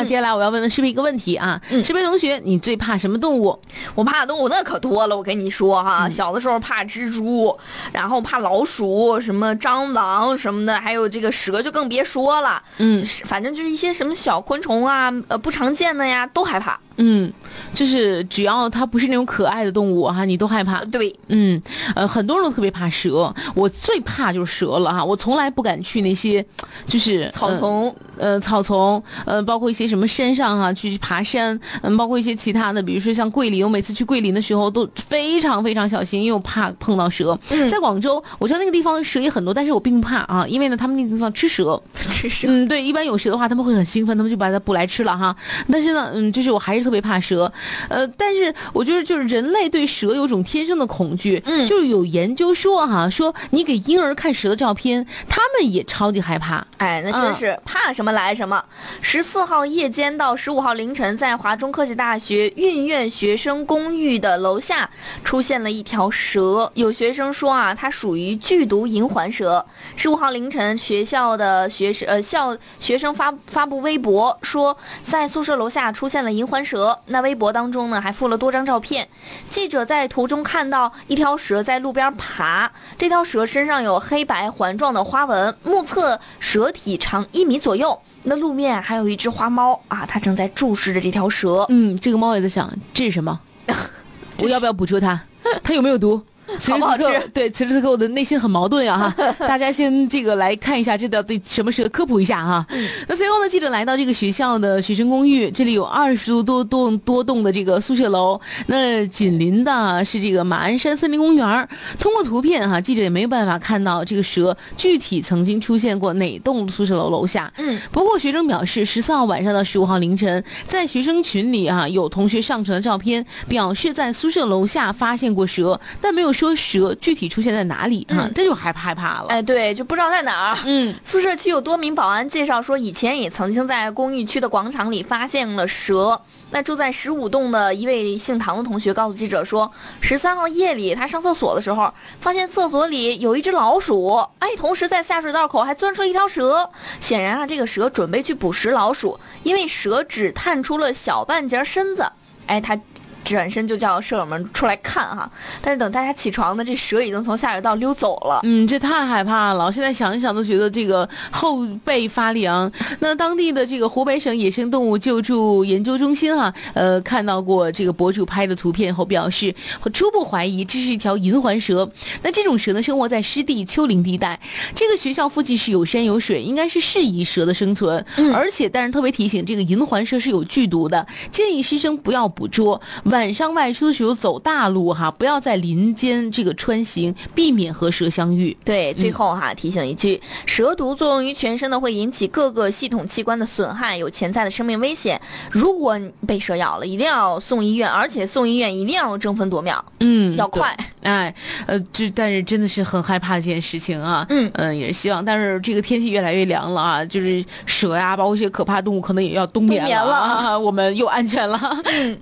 那接下来我要问问师妹一个问题啊，嗯师妹同学，你最怕什么动物？我怕的动物那可多了，我跟你说哈，小的时候怕蜘蛛，然后怕老鼠，什么蟑螂什么的，还有这个蛇就更别说了，就嗯是反正就是一些什么小昆虫啊，呃，不常见的呀，都害怕。嗯，就是只要它不是那种可爱的动物哈、你都害怕呃。对，嗯，呃，很多人都特别怕蛇，我最怕就是蛇了啊哈。我从来不敢去那些，就是草呃丛，呃，草丛，呃，包括一些什么山上哈、去爬山，嗯，包括一些其他的，比如说像桂林，我每次去桂林的时候都非常非常小心，因为我怕碰到蛇。嗯在广州，我知道那个地方蛇也很多，但是我并不怕啊，因为呢，他们那个地方吃蛇， 这是嗯，对，一般有蛇的话，他们会很兴奋，他们就把它捕来吃了哈。但是呢，嗯，就是我还是特别怕蛇，呃，但是我觉得就是人类对蛇有种天生的恐惧，嗯就是有研究说哈、说你给婴儿看蛇的照片，他们也超级害怕，哎，那真是怕什么来什么。十四号夜间到十五号凌晨，在华中科技大学运院学生公寓的楼下出现了一条蛇，有学生说啊，它属于剧毒银环蛇。十五号凌晨，学校的学生呃校学生发发布微博说，在宿舍楼下出现了银环蛇。那微博当中呢，还附了多张照片。记者在途中看到一条蛇在路边爬，这条蛇身上有黑白环状的花纹，目测蛇体长一米左右。那路面还有一只花猫啊，它正在注视着这条蛇。嗯，这个猫也在想这是什 么，我要不要捕捉它？它有没有毒？此时好此不好刻吃，对，此时此刻我的内心很矛盾呀、啊 哈。大家先这个来看一下这到底什么蛇，科普一下哈、嗯那随后呢，记者来到这个学校的学生公寓，这里有二十多栋多栋的这个宿舍楼，那紧邻的是这个马鞍山森林公园儿。通过图片哈、记者也没有办法看到这个蛇具体曾经出现过哪栋宿舍楼楼下。嗯，不过，学生表示，十四号晚上到十五号凌晨，在学生群里啊，有同学上传的照片，表示在宿舍楼下发现过蛇，但没有说蛇具体出现在哪里啊嗯，这就害害怕了。哎，对，就不知道在哪儿。嗯宿舍区有多名保安介绍说，以前也曾经在公寓区的广场里发现了蛇。那住在十五栋的一位姓唐的同学告诉记者说，十三号夜里他上厕所的时候，发现厕所里有一只老鼠，哎，同时在下水道口还钻出了一条蛇。显然啊，这个蛇准备去捕食老鼠，因为蛇只探出了小半截身子，哎，他。转身就叫舍友们出来看哈，但是等大家起床呢，这蛇已经从下水道溜走了。嗯，这太害怕了，我现在想一想都觉得这个后背发凉。那当地的这个湖北省野生动物救助研究中心啊，呃，看到过这个博主拍的图片后表示，初步怀疑这是一条银环蛇。那这种蛇呢，生活在湿地、丘陵地带。这个学校附近是有山有水，应该是适宜蛇的生存。嗯而且，但是特别提醒，这个银环蛇是有剧毒的，建议师生不要捕捉。晚上外出的时候走大路哈，不要在林间这个穿行，避免和蛇相遇。对，最嗯后哈、提醒一句，蛇毒作用于全身呢，会引起各个系统器官的损害，有潜在的生命危险。如果你被蛇咬了，一定要送医院，而且送医院一定要争分夺秒，嗯，要快。对。哎，呃，这但是真的是很害怕一件事情啊。嗯嗯、也是希望，但是这个天气越来越凉了啊，就是蛇呀、包括一些可怕动物，可能也要冬冬眠 眠了啊，我们又安全了。 嗯。